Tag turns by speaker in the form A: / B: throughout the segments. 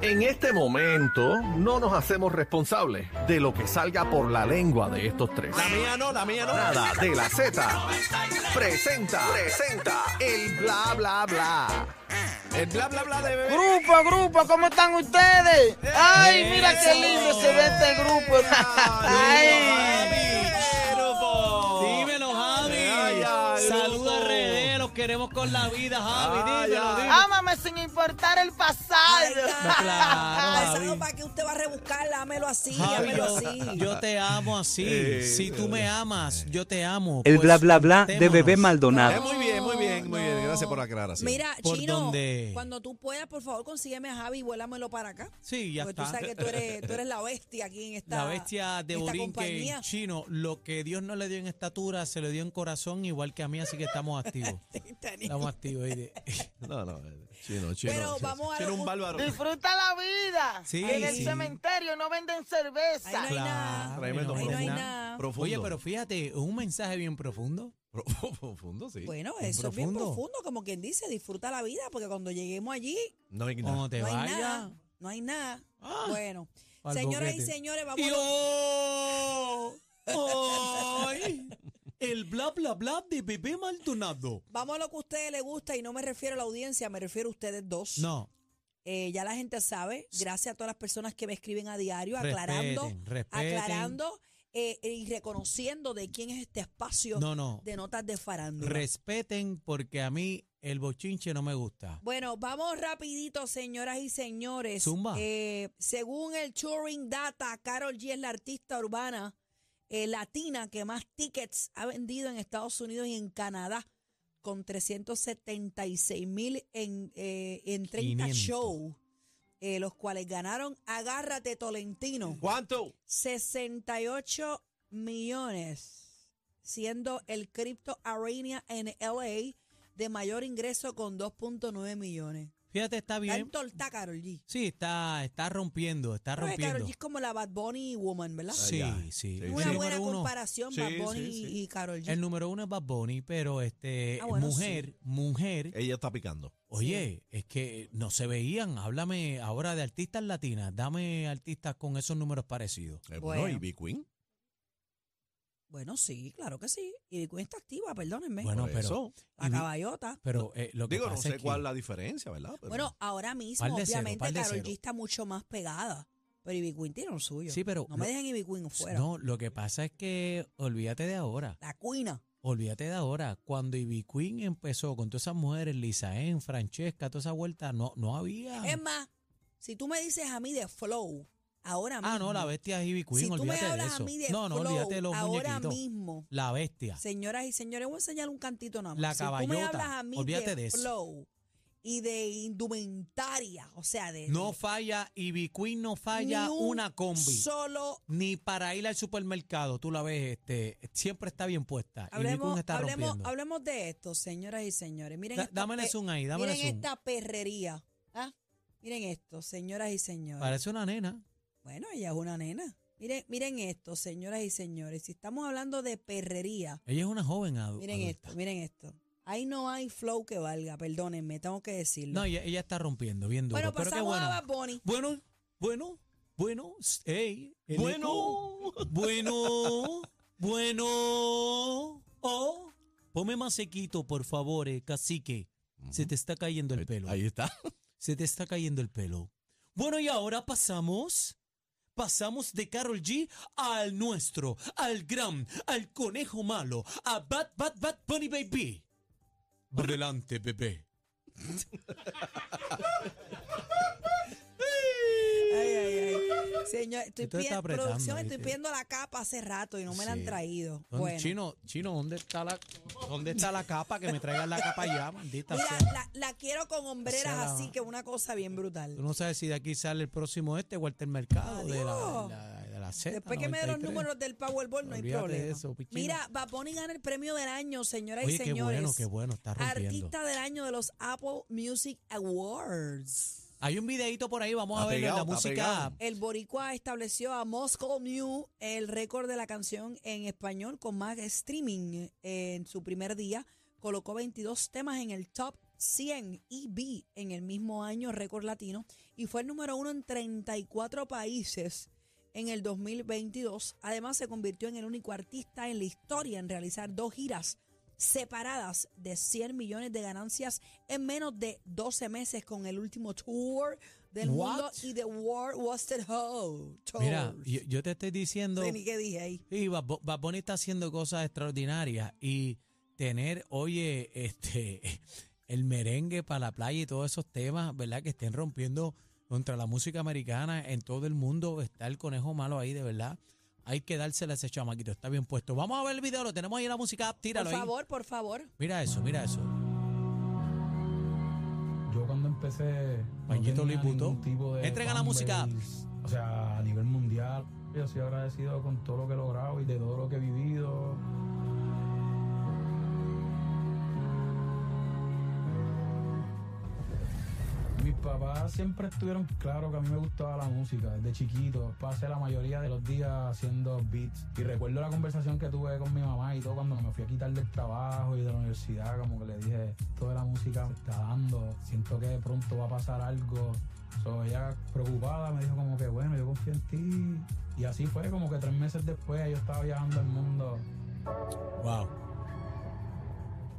A: En este momento no nos hacemos responsables de lo que salga por la lengua de estos tres.
B: La mía no, la mía no.
A: Nada de la Z presenta, presenta el bla bla bla.
B: El bla bla bla de bebé.
C: Grupo, grupo, ¿cómo están ustedes? Ay, mira qué
B: Eso.
C: lindo se ve este grupo. Ay.
D: Dímelo, Javi.
B: Ay, ay,
D: Saluda
B: loco.
D: al René, los queremos con la vida, Javi.
B: Ay,
D: dímelo,
B: ay.
D: dímelo.
C: Ámame sin importar el pasado.
D: claro,
E: Eso
D: Javi.
E: no para que usted va a rebuscar, ámelo así,
D: Javi,
E: ámelo así.
D: yo, yo te amo así.
B: Eh,
D: si tú me amas, yo te amo.
F: El
D: Pues,
F: bla bla bla de bebé
D: juntémonos.
B: Eh,
F: Maldonado.
B: muy bien, muy bien, muy bien. Gracias por aclarar así.
E: Mira,
D: ¿Por
E: Chino,
D: dónde?
E: cuando tú puedas, por favor, consígueme a Javi y vuélamelo para acá.
D: Sí, ya
E: Porque Pues tú
D: está.
E: sabes que tú eres, tú eres la bestia aquí en
D: La
E: esta
D: bestia de
E: en esta
D: Borinque
E: compañía.
D: en chino, lo que Dios no le dio en estatura, se le dio en corazón, igual que a mí, así que estamos activos.
E: Este
D: Estamos activos. oíste.
B: No, no, eh, chino, chino.
E: Bueno,
B: chino,
E: vamos a
B: chino,
E: lo
B: un
E: ju-
B: bárbaro.
C: Disfruta la vida.
D: Sí,
C: en el
D: sí.
C: cementerio no venden cerveza.
E: Ahí no hay
D: Claro,
E: nada.
B: Tráeme
D: ahí
B: todo
D: no hay
B: profundo.
E: nada.
B: Profundo.
D: Oye, pero fíjate, es un mensaje bien profundo.
B: Pro- profundo, sí.
E: Bueno,
D: Bien
E: eso es bien
D: profundo.
E: profundo, como quien dice, disfruta la vida, porque cuando lleguemos allí,
B: No hay nada.
D: Cuando te
E: no hay
D: vayas.
E: nada, no hay nada.
D: Ah,
E: bueno,
D: pa'l
E: señoras y
D: boquete.
E: señores, vamos
D: Y
E: a lo-
D: oh, ay, el bla bla bla de bebé Maldonado.
E: Vamos a lo que a ustedes les gusta y no me refiero a la audiencia, me refiero a ustedes dos.
D: No,
E: Eh, ya la gente sabe, gracias a todas las personas que me escriben a diario, aclarando,
D: respeten, respeten.
E: aclarando eh, y reconociendo de quién es este espacio
D: No, no.
E: de notas de farándula.
D: Respeten porque a mí el bochinche no me gusta.
E: bueno, vamos rapidito, señoras y señores.
D: Zumba.
E: Eh, según el Touring Data, Carol G es la artista urbana eh, latina que más tickets ha vendido en Estados Unidos y en Canadá, con 376 mil en, eh, en 30
D: 500.
E: shows, eh, los cuales ganaron Agárrate Tolentino.
B: ¿Cuánto?
E: 68 millones, siendo el Crypto Arena en LA de mayor ingreso con 2.9 millones.
D: Fíjate, está
E: Está
D: bien.
E: en torta Carol G.
D: Sí, está, está rompiendo, está
E: Creo que Karol
D: rompiendo.
E: G es como la Bad Bunny Woman, ¿verdad?
D: Sí,
B: Ah,
D: sí.
B: ya. Sí,
D: El
B: sí.
E: Una
D: número
E: buena
D: uno-
E: comparación,
B: Sí,
E: Bad Bunny
B: sí, sí.
E: y Carol G.
D: El número uno es Bad Bunny, pero este,
E: Ah, bueno,
D: mujer, mujer.
B: Ella está picando.
D: Oye, es que no se veían. Háblame ahora de artistas latinas. Dame artistas con esos números parecidos.
B: Eh, No,
E: Bueno.
B: y B Queen.
E: Bueno, sí, claro que sí. Y Bitcoin está activa, perdónenme.
D: Bueno,
B: por
D: pero,
B: eso.
E: la
D: y vi-
E: caballota.
D: pero eh, lo que
B: Digo, no
D: pasa
B: sé
D: es
B: cuál
D: que
B: la diferencia, ¿verdad? Pero-
E: Bueno, ahora mismo,
D: Par de cero,
E: obviamente,
D: par de
E: Carol
D: cero.
E: G está mucho más pegada. Pero Ivy Queen tiene lo suyo.
D: Sí, pero
E: no me
D: lo-
E: dejen Ivy Queen fuera.
D: No, lo que pasa es que olvídate de ahora.
E: La cuina.
D: Olvídate de ahora. Cuando Ivy Queen empezó con todas esas mujeres, Lisa En, Francesca, toda esa vuelta, no, no había.
E: Es más, si tú me dices a mí de flow, ahora mismo.
D: Ah, no, la bestia es Ivy Queen,
E: si tú me
D: olvídate de
E: hablas
D: eso.
E: a mí de
D: no, no,
E: flow,
D: olvídate de los
E: ahora
D: muñequitos.
E: mismo,
D: La bestia.
E: señoras y señores, voy a enseñar un cantito nada más.
D: La
E: si tú me
D: caballota,
E: hablas a mí
D: olvídate
E: de,
D: de eso.
E: flow y de indumentaria, o sea, de
D: No
E: de-
D: falla, Ivy Queen no falla
E: ni un
D: una combi.
E: Solo
D: Ni para ir al supermercado, tú la ves, este, siempre está bien puesta. Ivy Queen
E: hablemos,
D: está
E: hablemos,
D: rompiendo.
E: hablemos de esto, señoras y señores. Miren,
D: Da-
E: esta
D: dámele
E: pe-
D: zoom ahí, dámele
E: miren
D: zoom.
E: esta perrería. ¿ah? Miren esto, señoras y señores.
D: Parece una nena.
E: Bueno, ella es una nena. Miren, miren esto, señoras y señores. Si estamos hablando de perrería,
D: Ella es una joven adu-
E: miren
D: adulta.
E: esto, miren esto. Ahí no hay flow que valga, perdónenme, tengo que decirlo.
D: No, ella, ella está rompiendo, bien duro.
E: bueno,
D: pero qué
E: pasamos
D: bueno.
E: a Bad Bunny.
D: Bueno, bueno, bueno, s- ey, el
B: Bueno.
D: eco. bueno, bueno, oh, ponme más sequito, por favor, eh, cacique. Se te está cayendo el
B: Ahí-
D: pelo.
B: Ahí está.
D: Se te está cayendo el pelo. Bueno, y ahora pasamos. Pasamos de Carol G al nuestro, al Gram, al conejo malo, a Bad Bad Bad Bunny Baby. Adelante, bebé.
E: Ay, ay, ay. Señor, estoy
D: Esto está
E: pidiendo,
D: apretando,
E: producción, estoy
D: ¿viste?
E: pidiendo la capa hace rato y no me la han
D: Sí.
E: traído.
D: ¿Dónde-
E: Bueno.
D: Chino, chino, ¿dónde está la dónde está la capa? Que me traigan la capa ya, maldita
E: Mira,
D: sea.
E: la, la quiero con hombreras
D: Sea la-
E: así, que es una cosa bien
D: Tú
E: brutal.
D: no sabes si de aquí sale el próximo este o el mercado de la,
E: Adiós.
D: de la, de la Z,
E: Después que me den los
D: 93.
E: números del Powerball, no hay
D: Olvídate de
E: problema.
D: eso, pichino.
E: Mira, Bad Bunny gana el premio del año, señoras y
D: Oye, qué
E: señores.
D: bueno, qué bueno, está rompiendo.
E: Artista del año de los Apple Music Awards.
D: Hay un videito por ahí, vamos a
B: Está
D: ver la
B: pegado, está
D: música.
B: pegado.
E: El boricua estableció a Moscow Mew el récord de la canción en eh, español con más streaming en su primer día. Colocó 22 temas en el top 100 EB en el mismo año, récord latino, y fue el número uno en 34 países en el 2022. Además, se convirtió en el único artista en la historia en realizar dos giras separadas de 100 millones de ganancias en menos de 12 meses con el último tour del
D: What?
E: mundo y The War Was the Whole Tour.
D: Mira, yo, yo te estoy diciendo.
E: No sé ni qué dije ahí.
D: Y Bad Bo- Bad Bunny está haciendo cosas extraordinarias y tener, oye, este, el merengue para la playa y todos esos temas, ¿verdad? Que estén rompiendo contra la música americana en todo el mundo. Está el conejo malo ahí, de verdad. Hay que dársela a ese chamaquito, está bien puesto. Vamos a ver el video, lo tenemos ahí en la música, app,
E: Por
D: tíralo ahí.
E: favor, por favor.
D: Mira eso, mira eso.
F: Yo cuando empecé.
D: Pañito
F: tenía
D: Luis
F: ningún
D: Butó.
F: tipo de
D: Entrega la
F: fan
D: música.
F: base, Pues, O sea, a nivel mundial. Yo soy agradecido con todo lo que he logrado y de todo lo que he vivido. Mis papás siempre estuvieron claro que a mí me gustaba la música desde chiquito. Pasé la mayoría de los días haciendo beats. Y recuerdo la conversación que tuve con mi mamá y todo cuando me fui a quitar del trabajo y de la universidad, como que le dije, toda la música me está dando, siento que de pronto va a pasar algo. So, ella preocupada me dijo como que bueno, yo confío en ti. Y así fue, como que tres meses después yo estaba viajando el mundo.
D: Wow.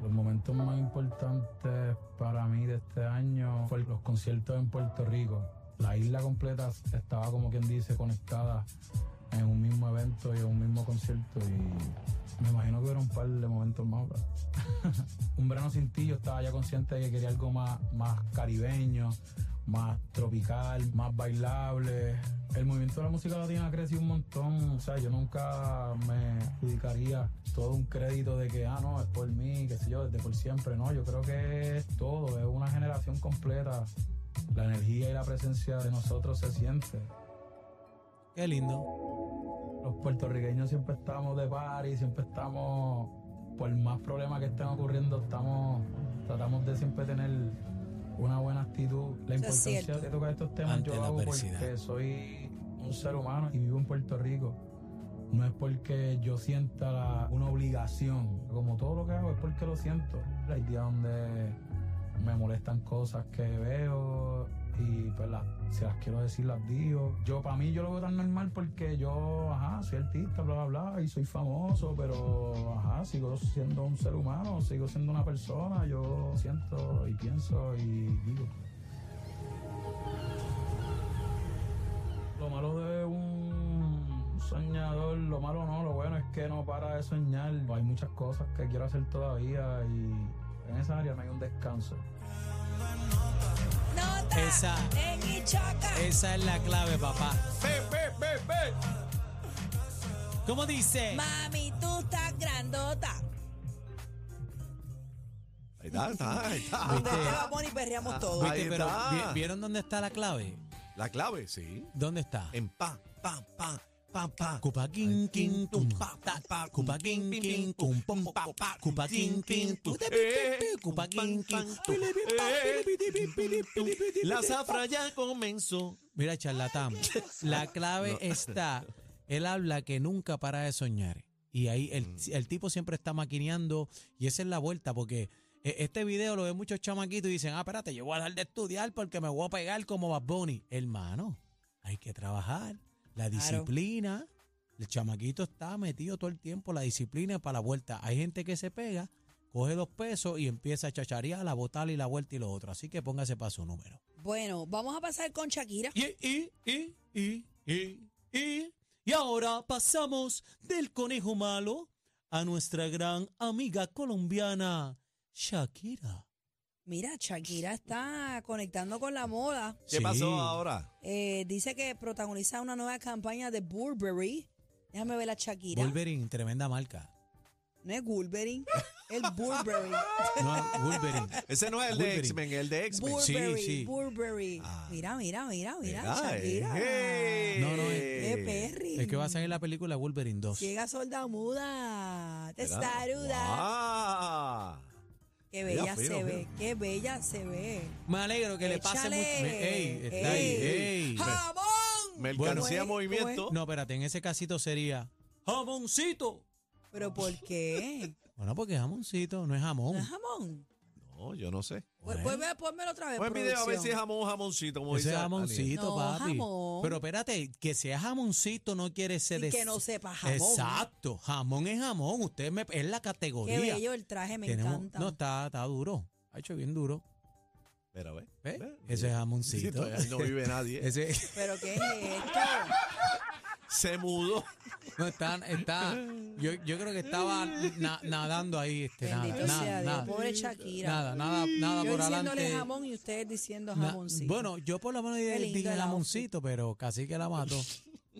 F: Los momentos más importantes para mí de este año fue los conciertos en Puerto Rico. La isla completa estaba como quien dice conectada en un mismo evento y en un mismo concierto y me imagino que hubiera un par de momentos más. ¿verdad? un verano sin ti yo estaba ya consciente de que quería algo más, más caribeño, más tropical, más bailable. El movimiento de la música latina ha crecido un montón, o sea, yo nunca me adjudicaría todo un crédito de que, ah, no, es por mí, qué sé yo, desde por siempre, no, yo creo que es todo, es una generación completa. La energía y la presencia de nosotros se siente.
D: Qué lindo.
F: Los puertorriqueños siempre estamos de party, siempre estamos, por más problemas que estén ocurriendo, estamos, tratamos de siempre tener una buena actitud. La
E: Eso es
F: importancia
E: cierto.
F: de tocar estos temas
D: Ante
F: yo
D: la
F: lo hago
D: adversidad.
F: porque soy un ser humano y vivo en Puerto Rico. No es porque yo sienta la- una obligación. Como todo lo que hago es porque lo siento. Hay días donde me molestan cosas que veo y pues las, si las quiero decir las digo. Yo para mí yo lo veo tan normal porque yo, ajá, soy artista, bla, bla, bla, y soy famoso, pero ajá, sigo siendo un ser humano, sigo siendo una persona, yo siento y pienso y digo. Lo malo de un soñador, lo malo no, lo bueno es que no para de soñar. Hay muchas cosas que quiero hacer todavía y en esa área no hay un descanso.
E: Nota
D: Esa.
E: en Ichaca.
D: Esa es la clave, papá. ¿Cómo dice?
E: Mami, tú estás grandota.
B: Ahí está, está, ahí está.
E: Donde te va y perreamos
D: Ah.
E: todos.
B: Ahí
D: Viste, pero
B: está.
D: ¿vi- ¿vieron dónde está la clave?
B: La clave, sí.
D: ¿Dónde está?
B: En pa, pa, pa, pa, pa.
D: Cupa kin kin tum pa ta pa cupa kin kin tum pum pa pa cupa kin kin tum
E: Eh,
D: cupa kin kin
B: La zafra ya comenzó.
D: Mira, charlatán, la clave está, él habla que nunca para de soñar. Y ahí el, el tipo siempre está maquineando y esa es la vuelta porque eh, este video lo ven muchos chamaquitos y dicen, ah, espérate, yo voy a dejar de estudiar porque me voy a pegar como Bad Bunny. Hermano, hay que trabajar, la disciplina. El chamaquito está metido todo el tiempo, la disciplina para la vuelta. Hay gente que se pega, coge dos pesos y empieza a chacharear, la botar y la vuelta y lo otro. Así que póngase para su número.
E: Bueno, vamos a pasar con Shakira.
D: Y, y, y, y, y, y. Y ahora pasamos del conejo malo a nuestra gran amiga colombiana, Shakira.
E: Mira, Shakira está conectando con la moda.
B: ¿Qué
D: Sí.
B: pasó ahora?
E: Eh, dice que protagoniza una nueva campaña de Burberry. Déjame ver la Shakira.
D: Wolverine, tremenda marca.
E: no es Wolverine, es Burberry.
D: No, Wolverine.
B: Ese no es el de
D: Wolverine.
B: X-Men, el de X-Men.
D: Sí,
E: Burberry,
D: sí.
E: Burberry.
B: Ah.
E: Mira, mira, mira, mira,
B: Ah,
E: Shakira.
B: eh,
D: No, no,
E: Qué
B: eh.
E: perri.
D: El que va a salir en la película Wolverine 2.
E: Llega sordamuda. Te
B: ¿Verdad?
E: saluda.
B: Ah.
E: Qué
B: Mira,
E: bella
B: fino,
E: se
B: fino.
E: ve, qué bella se ve.
D: Me alegro que le pase
E: Échale.
D: mucho. Ey, está ahí,
E: Ey.
D: ey.
E: ¡Jamón!
B: Mercancía
E: Bueno.
B: Movimiento.
D: No, espérate, en ese casito sería jamoncito.
E: ¿Pero por qué?
D: Bueno, porque jamoncito no es
E: ¿No
D: jamón.
E: es jamón?
B: No, No, yo no sé.
E: Pues, pues, ve, pónmelo otra vez.
B: Pon el video a ver
E: producción.
B: si es jamón o jamoncito, como
D: Ese
B: dice Aniel.
D: jamoncito,
E: No,
D: papi.
E: jamón.
D: Pero espérate, que sea jamoncito no quiere ser...
E: Y
D: de-
E: que no sepa jamón.
D: Exacto, jamón es jamón. Usted me, es la
E: Qué
D: categoría.
E: bello el traje, me
D: Tenemos-
E: encanta.
D: No, está, está duro. Ha hecho bien duro.
B: Espera, ve.
D: ¿Ves?
B: ve.
D: Ese
B: Sí,
D: jamoncito.
B: todavía no vive nadie.
D: Ese
E: Pero qué es esto.
B: Se mudó.
D: no está, está yo, yo creo que estaba na- nadando ahí este nada,
E: Bendito
D: nada,
E: sea
D: nada,
E: Dios. Pobre Shakira.
D: nada, nada, nada
E: Yo
D: por
E: diciéndole
D: adelante.
E: jamón y ustedes diciendo
D: Na-
E: jamoncito.
D: bueno, yo por lo menos
E: Qué
D: dije,
E: lindo
D: dije
E: el
D: jamoncito, pero casi que la mató.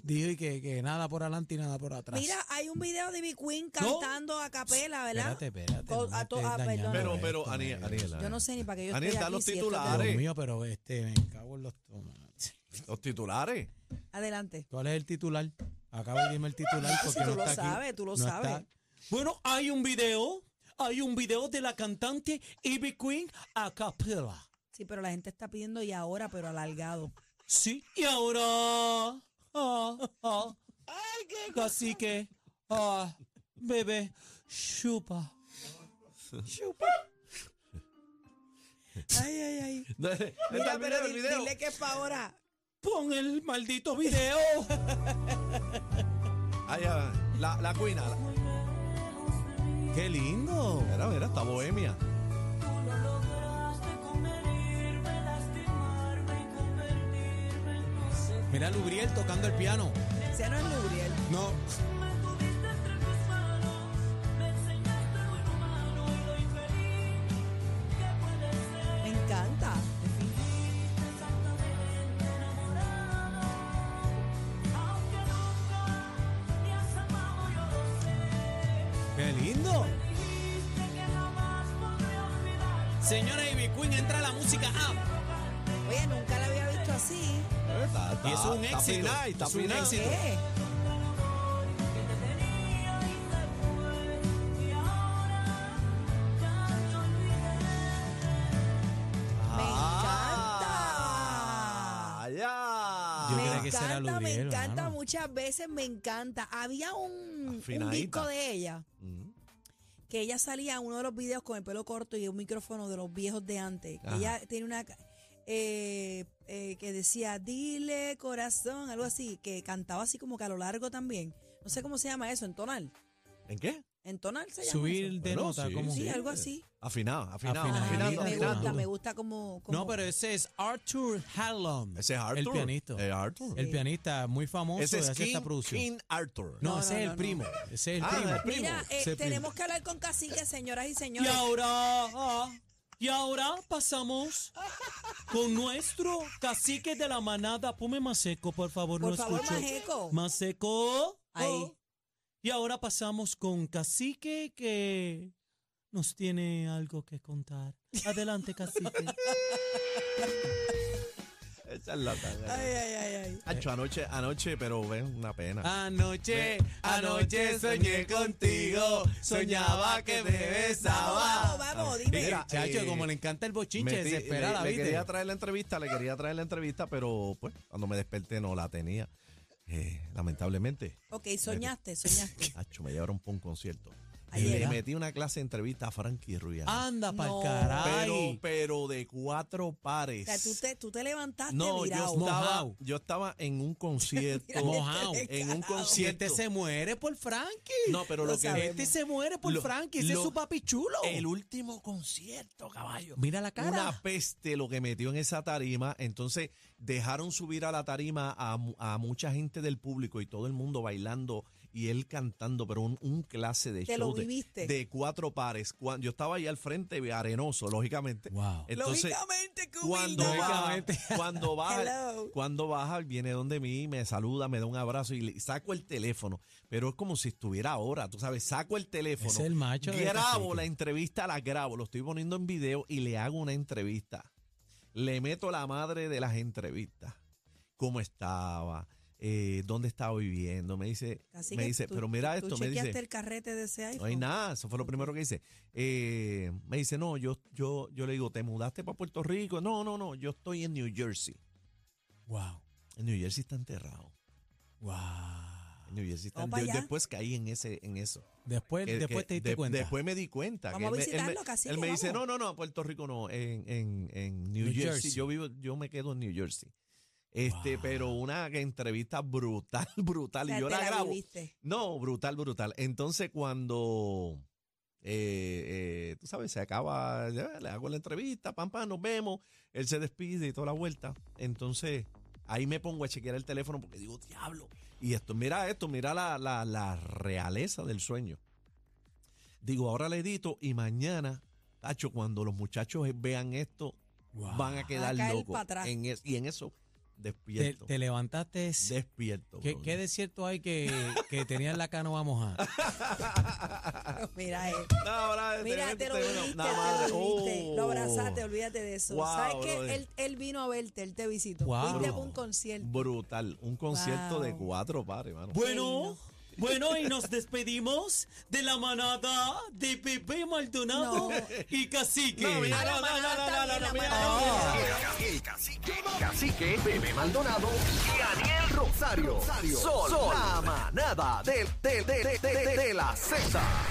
D: Dijo y que, que nada por adelante y nada por atrás.
E: Mira, hay un video de mi queen cantando a capela, ¿verdad?
D: Espérate, espérate.
E: Co-
D: no
E: a
D: me
E: to-
D: estés
E: ah,
D: dañando
E: perdón.
B: Pero, pero,
D: esto,
B: Aniel,
D: María.
B: Aniel.
E: Yo no sé ni para qué yo
B: Aniel,
E: estoy
B: da
E: aquí.
B: los
E: si esto
B: titulares.
D: Dios
B: Are.
D: mío, pero este, me cago en los tomates.
B: Los titulares.
E: te- Adelante.
D: ¿Cuál es el titular? Acaba de dime el titular
E: Si
D: porque
E: tú
D: no
E: lo
D: está aquí.
E: sabes, tú lo
D: No
E: sabes.
D: está. Bueno, hay un video, hay un video de la cantante Ivy Queen a capella.
E: Sí, pero la gente está pidiendo y ahora, pero alargado.
D: Sí, y ahora. ah, ah, Así que, ah, bebé, chupa.
E: Ay, ay, ay.
B: Dale,
E: Mira,
B: el
E: pero
B: video, el
E: di-
B: video.
E: dile que es para ahora.
D: Pon el maldito video.
B: Ahí, ah, la, la cuina. la-
D: ¡Qué lindo!
B: Mira, mira, está bohemia.
D: Mira a Lubriel tocando el piano.
E: Ese no es Lubriel.
D: No.
E: Me encanta.
D: ¡Qué lindo! Señora Ivy Queen, entra la música Ah, app.
E: Oye, nunca la había visto así.
B: Está,
D: Y es un
B: está
D: éxito.
B: fina, está
D: Es un
B: fina.
D: éxito.
E: ¿Qué? Me encanta.
B: Ah, ya.
D: Yo
E: me
D: creía
E: encanta,
D: que ese era
E: me
D: Lubriel,
E: encanta,
D: mano.
E: muchas veces me encanta. Había un, un
B: Afinadita.
E: disco de ella
B: Mm.
E: que ella salía a uno de los videos con el pelo corto y un micrófono de los viejos de antes.
B: Ajá.
E: Ella tiene una ca- eh, eh, que decía, dile corazón, algo así, que cantaba así como que a lo largo también. No sé cómo se llama eso, entonar.
B: ¿En qué?
E: Entonar se llama.
D: Subir
E: eso?
D: de
B: Bueno,
D: nota
B: sí,
D: como...
E: Sí, algo así.
B: Afinado, afinado,
D: Afinado.
E: Ajá,
B: afinado,
E: me
D: afinado.
E: gusta,
B: afinado.
E: me gusta como, como-
D: No, pero ese es Arthur Hallom.
B: Ese es Arthur.
D: El pianista.
B: Eh, Arthur.
D: El pianista muy famoso
B: Ese
D: de
B: es
D: hace esta
B: King,
D: producción.
B: King Arthur.
D: No,
E: No,
D: ese
E: no,
D: es el
E: no, no.
D: primo. Ese es el
B: Ah,
D: primo.
B: el primo.
E: Mira, eh,
D: Ese primo.
E: tenemos que hablar con cacique, señoras y
D: Y
E: señores.
D: ahora, ah, y ahora pasamos con nuestro cacique de la manada. Ponme más seco, por favor,
E: Por
D: no
E: favor,
D: escucho.
E: Majeco.
D: Más seco.
E: Ahí.
D: Y ahora pasamos con cacique que nos tiene algo que contar. Adelante, cacique.
B: Esa es la tarea.
E: Ay, ay, ay, ay.
B: Hacho, anoche, anoche, pero ve una pena.
D: Ah, Anoche,
B: anoche soñé contigo, soñaba que me besaba.
E: Vamos, vamos, dime.
D: Mira, chacho,
B: eh,
D: como le encanta el bochinche,
B: metí-
D: desespera
B: le-
D: la
B: le
D: vida.
B: quería traer la entrevista, le quería traer la entrevista, pero pues cuando me desperté no la tenía. Eh, lamentablemente.
E: Ok, soñaste, soñaste.
B: Hacho, me llevaron por un concierto.
E: Ahí Ah,
B: Y le
D: era.
B: metí una clase de entrevista a Frankie Ruiz.
D: Anda pa'l
E: No.
B: Pero,
D: caray.
B: pero de cuatro
E: O
B: pares.
E: sea, tú te, tú te levantaste
B: no, yo
E: virado.
B: estaba,
D: Mojao.
B: yo estaba en un
E: este
B: concierto.
D: Mojao.
B: En un
D: Si este
B: concierto.
D: se muere por Frankie.
B: No, pero
E: Lo
B: lo que
E: sabemos.
D: Este se muere por
B: Lo-
D: Frankie, ese
B: lo-
D: es su papi chulo.
B: El último concierto, caballo.
D: Mira la cara.
B: Una peste lo que metió en esa tarima. Entonces dejaron subir a la tarima a, mu- a mucha gente del público y todo el mundo bailando y él cantando, pero un, un clase de
E: Te
B: show
E: lo
B: de-
E: viviste.
B: De, cuatro pares. Cuando yo estaba ahí al frente, arenoso, lógicamente.
D: Wow.
B: Entonces,
E: Lógicamente, que
B: cuando
E: humildad.
B: baja,
D: Lógicamente.
B: cuando baja,
E: Hello.
B: cuando baja, viene donde mí, me saluda, me da un abrazo y le- saco el teléfono. Pero es como si estuviera ahora, tú sabes, saco el teléfono.
D: Es el macho de este
B: Grabo
D: cacique.
B: la entrevista, la grabo, lo estoy poniendo en video y le hago una entrevista. Le meto la madre de las entrevistas. ¿Cómo estaba? Eh, ¿Dónde estaba viviendo? Me dice,
E: Así
B: me
E: que
B: dice,
E: tú-
B: pero mira
E: tú
B: esto, me
E: chequeaste
B: dice.
E: el carrete de ese iPhone.
B: No hay nada, eso fue lo primero que hice. Eh, me dice, no, yo, yo, yo le digo, ¿te mudaste para Puerto Rico? No, no, no, yo estoy en New Jersey.
D: Wow.
B: En New Jersey está enterrado.
D: Wow.
B: New Jersey está-
E: Vamos pa'
B: de-
E: allá.
B: después caí en ese en eso.
D: Después,
B: Que-
D: después
B: que
D: te diste
B: de-
D: cuenta.
B: Después me di cuenta.
E: Vamos a
B: él me- él me,
E: visitarlo, cacique,
B: él me dice, no,
E: vamos.
B: no, no, Puerto Rico no, en, en, en New,
D: New
B: Jersey.
D: Jersey.
B: Yo vivo, yo me quedo en New Jersey. Este,
D: Wow.
B: pero una entrevista brutal, brutal.
E: O sea,
B: y yo
E: te
B: la, grabo.
E: viviste.
B: No, brutal, brutal. Entonces cuando, eh, eh, tú sabes, se acaba, ya, le hago la entrevista, pam, pam, nos vemos, él se despide y toda la vuelta. Entonces ahí me pongo a chequear el teléfono porque digo, diablo. Y esto, mira esto, mira la, la, la realeza del sueño. Digo, ahora le edito y mañana, Tacho, cuando los muchachos vean esto,
D: Wow.
B: van a quedar
E: caer
B: locos.
E: pa' atrás.
B: En es- y en eso,
D: te,
B: despierto.
D: te levantaste.
B: Despierto.
D: ¿Qué,
B: brother.
D: qué desierto hay que, que tenías la canoa mojada?
B: Ah.
E: Mira, eh,
B: No, ahora,
E: mira,
B: este,
E: te lo
B: este,
E: viviste,
B: nada más.
E: te lo viviste. Lo
B: Oh.
E: abrazaste, olvídate de eso.
B: Wow,
E: ¿Sabes qué?
B: brother.
E: Él, él vino a verte, él te visitó.
D: Wow.
E: Fuiste a un concierto.
B: Brutal. Un concierto de
E: Wow.
B: cuatro pares, mano.
D: Bueno, bueno, y nos despedimos de la manada de Pepe Maldonado
E: No.
D: y Cacique.
B: No, mira,
E: la
B: no, no,
E: manada
B: no, no, no,
E: también,
B: no,
E: la
B: mira,
E: manada
B: no.
E: también.
A: El cacique, cacique, bebé Maldonado y Daniel Rosario. Rosario. Sol, la manada de, de, de, de, de, de la Z.